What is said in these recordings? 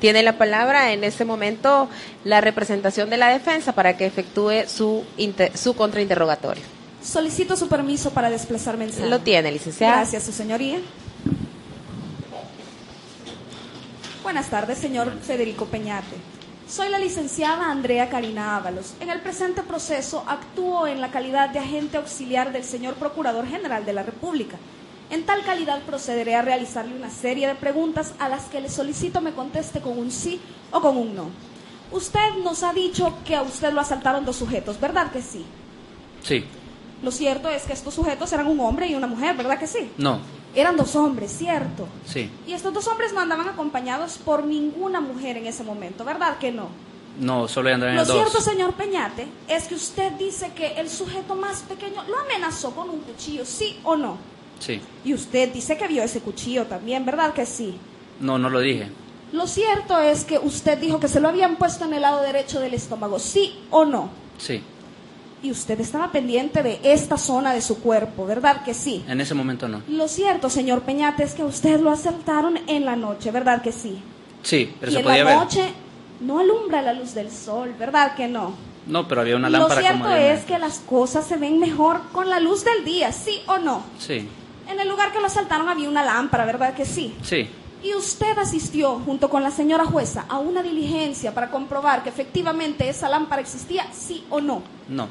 Tiene la palabra en este momento la representación de la defensa para que efectúe su, inter- su contrainterrogatorio. Solicito su permiso para desplazarme en sala. Lo tiene, licenciada. Gracias, su señoría. Buenas tardes, señor Federico Peñate. Soy la licenciada Andrea Karina Ábalos. En el presente proceso actúo en la calidad de agente auxiliar del señor Procurador General de la República. En tal calidad procederé a realizarle una serie de preguntas a las que le solicito me conteste con un sí o con un no. Usted nos ha dicho que a usted lo asaltaron dos sujetos, ¿verdad que sí? Sí, Lo cierto es que estos sujetos eran un hombre y una mujer, ¿verdad que sí? no, Eran dos hombres, ¿cierto? sí, Y estos dos hombres no andaban acompañados por ninguna mujer en ese momento, ¿verdad que no? no, solo andan Lo en cierto, dos. señor Peñate, es que usted dice que el sujeto más pequeño lo amenazó con un cuchillo, ¿sí o no? Sí, Y usted dice que vio ese cuchillo también, ¿verdad que sí? no, no lo dije. Lo cierto es que usted dijo que se lo habían puesto en el lado derecho del estómago, ¿sí o no? Sí, Y usted estaba pendiente de esta zona de su cuerpo, ¿verdad que sí? en ese momento no. Lo cierto, señor Peñate, es que a usted lo asaltaron en la noche, ¿verdad que sí? Sí, pero y se en podía la ver. noche no alumbra la luz del sol, ¿verdad que no? No, pero había una Lo lámpara como cierto de... es que las cosas se ven mejor con la luz del día, ¿sí o no? Sí, En el lugar que lo asaltaron había una lámpara, ¿verdad que sí? sí, Y usted asistió junto con la señora jueza a una diligencia para comprobar que efectivamente esa lámpara existía, ¿sí o no? no,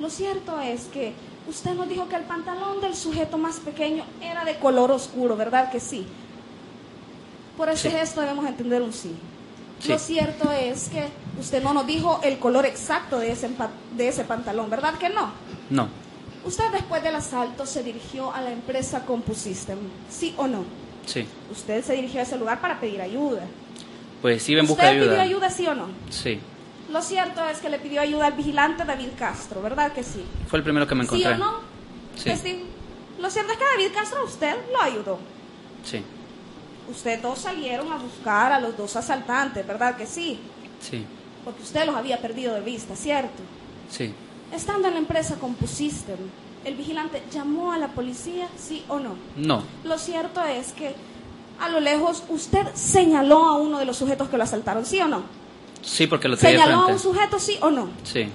Lo cierto es que usted nos dijo que el pantalón del sujeto más pequeño era de color oscuro, ¿verdad que sí? Por este Sí. gesto debemos entender un sí. Sí. Lo cierto es que usted no nos dijo el color exacto de ese, empa- de ese pantalón, ¿verdad que no? no, Usted después del asalto se dirigió a la empresa Compusystem, ¿sí o no? sí. Usted se dirigió a ese lugar para pedir ayuda. Pues iba en busca ¿Usted de ayuda. pidió ayuda, sí o no? Sí, Lo cierto es que le pidió ayuda al vigilante David Castro, ¿verdad que sí? fue el primero que me ¿Sí encontré. o no? Sí. Testigo. Lo cierto es que David Castro usted lo ayudó. Sí, Ustedes dos salieron a buscar a los dos asaltantes, ¿verdad que sí? sí, Porque usted los había perdido de vista, ¿cierto? sí, Estando en la empresa Compusystem, el vigilante llamó a la policía, ¿sí o no? no, Lo cierto es que a lo lejos usted señaló a uno de los sujetos que lo asaltaron, ¿sí o no? sí, porque lo tenía Señaló a un frente. sujeto, ¿sí o no? Sí,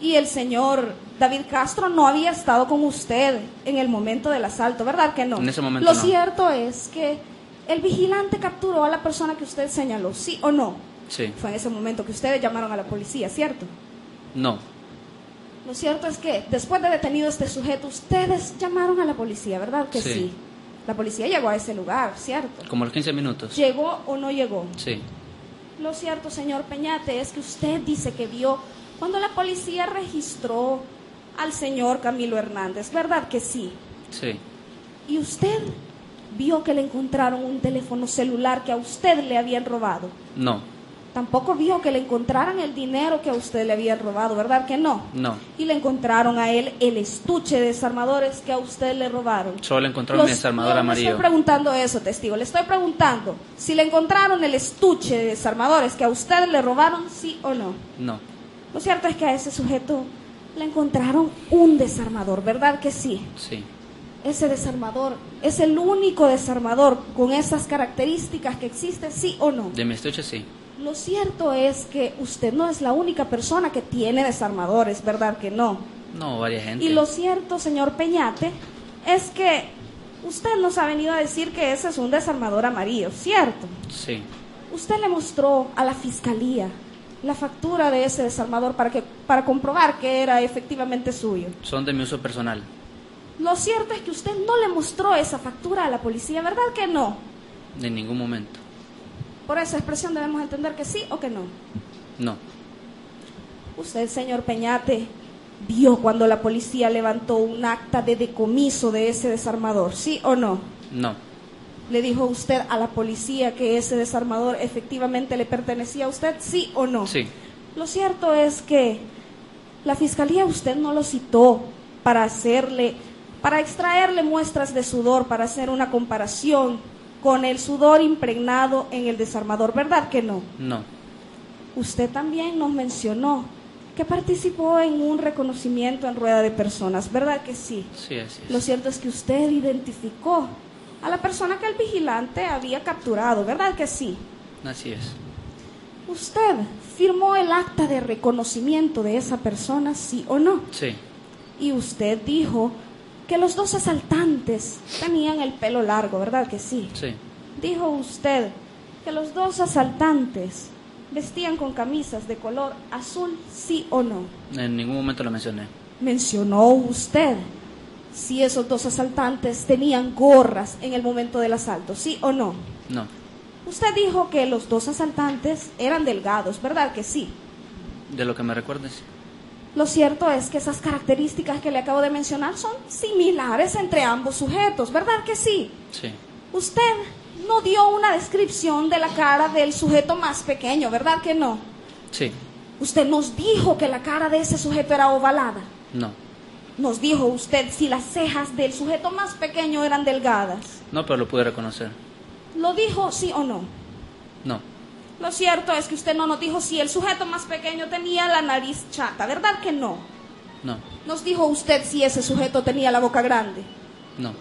Y el señor David Castro no había estado con usted en el momento del asalto, ¿verdad que no? En ese momento Lo no. cierto es que el vigilante capturó a la persona que usted señaló, ¿sí o no? sí, Fue en ese momento que ustedes llamaron a la policía, ¿cierto? no, Lo cierto es que después de detenido este sujeto, ustedes llamaron a la policía, ¿verdad que sí? Sí. La policía llegó a ese lugar, ¿cierto? como los 15 minutos. ¿Llegó o no llegó? Sí, Lo cierto, señor Peñate, es que usted dice que vio cuando la policía registró al señor Camilo Hernández, ¿verdad que sí? sí, Y usted vio que le encontraron un teléfono celular que a usted le habían robado. no, Tampoco vio que le encontraran el dinero que a usted le habían robado, ¿verdad que no? no, Y le encontraron a él el estuche de desarmadores que a usted le robaron. solo encontré Los- un desarmador no me amarillo. estoy preguntando eso, testigo. Le estoy preguntando si le encontraron el estuche de desarmadores que a usted le robaron, sí o no. No, Lo cierto es que a ese sujeto le encontraron un desarmador, ¿verdad que sí? sí, Ese desarmador es el único desarmador con esas características que existe, sí o no. de mi estuche sí. Lo cierto es que usted no es la única persona que tiene desarmadores, ¿verdad que no? No, varias gente. Y lo cierto, señor Peñate, es que usted nos ha venido a decir que ese es un desarmador amarillo, ¿cierto? Sí, Usted le mostró a la fiscalía la factura de ese desarmador para, que, para comprobar que era efectivamente suyo. son de mi uso personal. Lo cierto es que usted no le mostró esa factura a la policía, ¿verdad que no? En ningún momento. Por esa expresión debemos entender que sí o que no. No, Usted, señor Peñate, vio cuando la policía levantó un acta de decomiso de ese desarmador, ¿sí o no? no, ¿Le dijo usted a la policía que ese desarmador efectivamente le pertenecía a usted, sí o no? Sí. Lo cierto es que la fiscalía usted no lo citó para hacerle, para extraerle muestras de sudor, para hacer una comparación con el sudor impregnado en el desarmador, ¿verdad que no? No. Usted también nos mencionó que participó en un reconocimiento en rueda de personas, ¿verdad que sí? Sí, así es. Lo cierto es que usted identificó a la persona que el vigilante había capturado, ¿verdad que sí? Así es. ¿Usted firmó el acta de reconocimiento de esa persona, sí o no? Sí. Y usted dijo que los dos asaltantes tenían el pelo largo, ¿verdad que sí? Sí. Dijo usted que los dos asaltantes vestían con camisas de color azul, sí o no. En ningún momento lo mencioné. Mencionó usted si esos dos asaltantes tenían gorras en el momento del asalto, sí o no. No. Usted dijo que los dos asaltantes eran delgados, ¿verdad que sí? De lo que me recuerdes. Lo cierto es que esas características que le acabo de mencionar son similares entre ambos sujetos, ¿verdad que sí? Sí. Usted no dio una descripción de la cara del sujeto más pequeño, ¿verdad que no? Sí. Usted nos dijo que la cara de ese sujeto era ovalada. No. Nos dijo usted si las cejas del sujeto más pequeño eran delgadas. No, pero lo pude reconocer. ¿Lo dijo sí o no? No. Lo cierto es que usted no nos dijo si el sujeto más pequeño tenía la nariz chata, ¿verdad que no? No. Nos dijo usted si ese sujeto tenía la boca grande. No.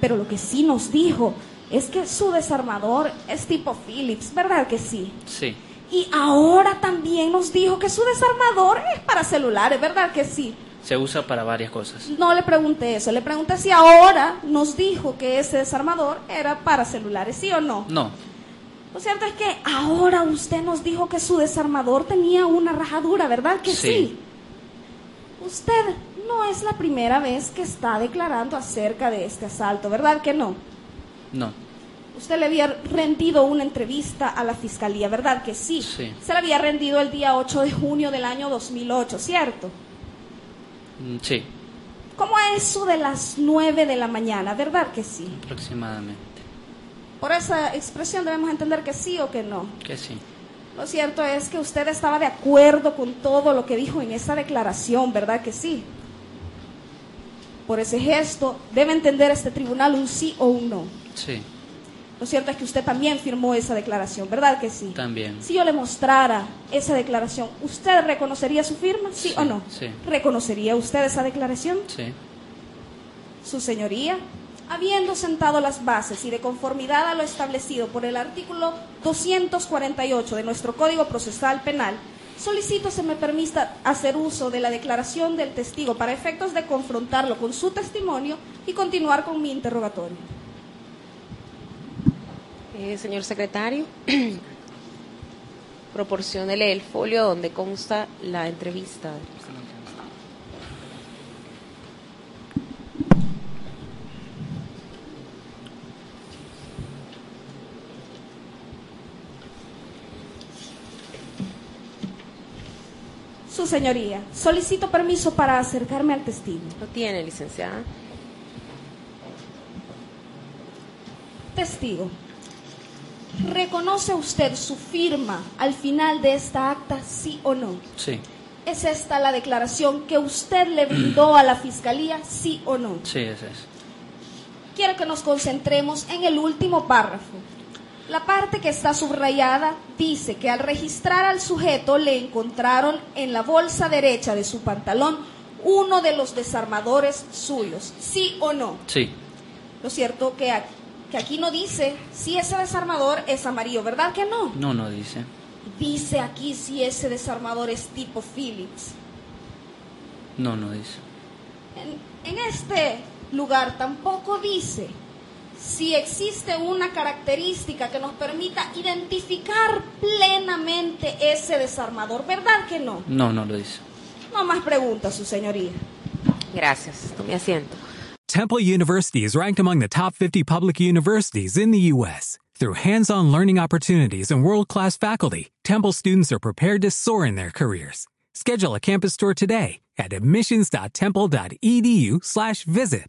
Pero lo que sí nos dijo es que su desarmador es tipo Phillips, ¿verdad que sí? Sí. Y ahora también nos dijo que su desarmador es para celulares, ¿verdad que sí? Se usa para varias cosas. No le pregunté eso, le pregunté si ahora nos dijo que ese desarmador era para celulares, ¿sí o no? No. Lo cierto es que ahora usted nos dijo que su desarmador tenía una rajadura, ¿verdad que sí? Sí. Usted no es la primera vez que está declarando acerca de este asalto, ¿verdad que no? No. Usted le había rendido una entrevista a la fiscalía, ¿verdad que sí? Sí. Se la había rendido el día 8 de junio del año 2008, ¿cierto? Mm, Sí. Como a eso de las 9 de la mañana, ¿verdad que sí? Aproximadamente. Por esa expresión debemos entender que sí o que no. Que sí. Lo cierto es que usted estaba de acuerdo con todo lo que dijo en esa declaración, ¿verdad que sí? Por ese gesto debe entender este tribunal un sí o un no. Sí. Lo cierto es que usted también firmó esa declaración, ¿verdad que sí? También. Si yo le mostrara esa declaración, ¿usted reconocería su firma? ¿Sí, Sí, o no? sí. ¿Reconocería usted esa declaración? Sí. Su señoría, habiendo sentado las bases y de conformidad a lo establecido por el artículo 248 de nuestro Código Procesal Penal, solicito se me permita hacer uso de la declaración del testigo para efectos de confrontarlo con su testimonio y continuar con mi interrogatorio. Eh, señor secretario, proporcionele el folio donde consta la entrevista. Su señoría, solicito permiso para acercarme al testigo. Lo tiene, licenciada. Testigo, ¿reconoce usted su firma al final de esta acta, sí o no? Sí. ¿Es esta la declaración que usted le brindó a la fiscalía, sí o no? Sí, ese es. Quiero que nos concentremos en el último párrafo. La parte que está subrayada dice que al registrar al sujeto le encontraron en la bolsa derecha de su pantalón uno de los desarmadores suyos, sí o no. Sí. Lo cierto que, a- que aquí no dice si ese desarmador es amarillo, ¿verdad que no? No, no dice. Dice aquí si ese desarmador es tipo Phillips. No, no dice. En, en este lugar tampoco dice si existe una característica que nos permita identificar plenamente ese desarmador, ¿verdad que no? No, no lo dice. No más preguntas, su señoría. Gracias. Tome asiento. Temple University is ranked among the top 50 public universities in the U.S. Through hands on learning opportunities and world class faculty, Temple students are prepared to soar in their careers. E Schedule a campus tour today at admissions.temple.edu/slash visit.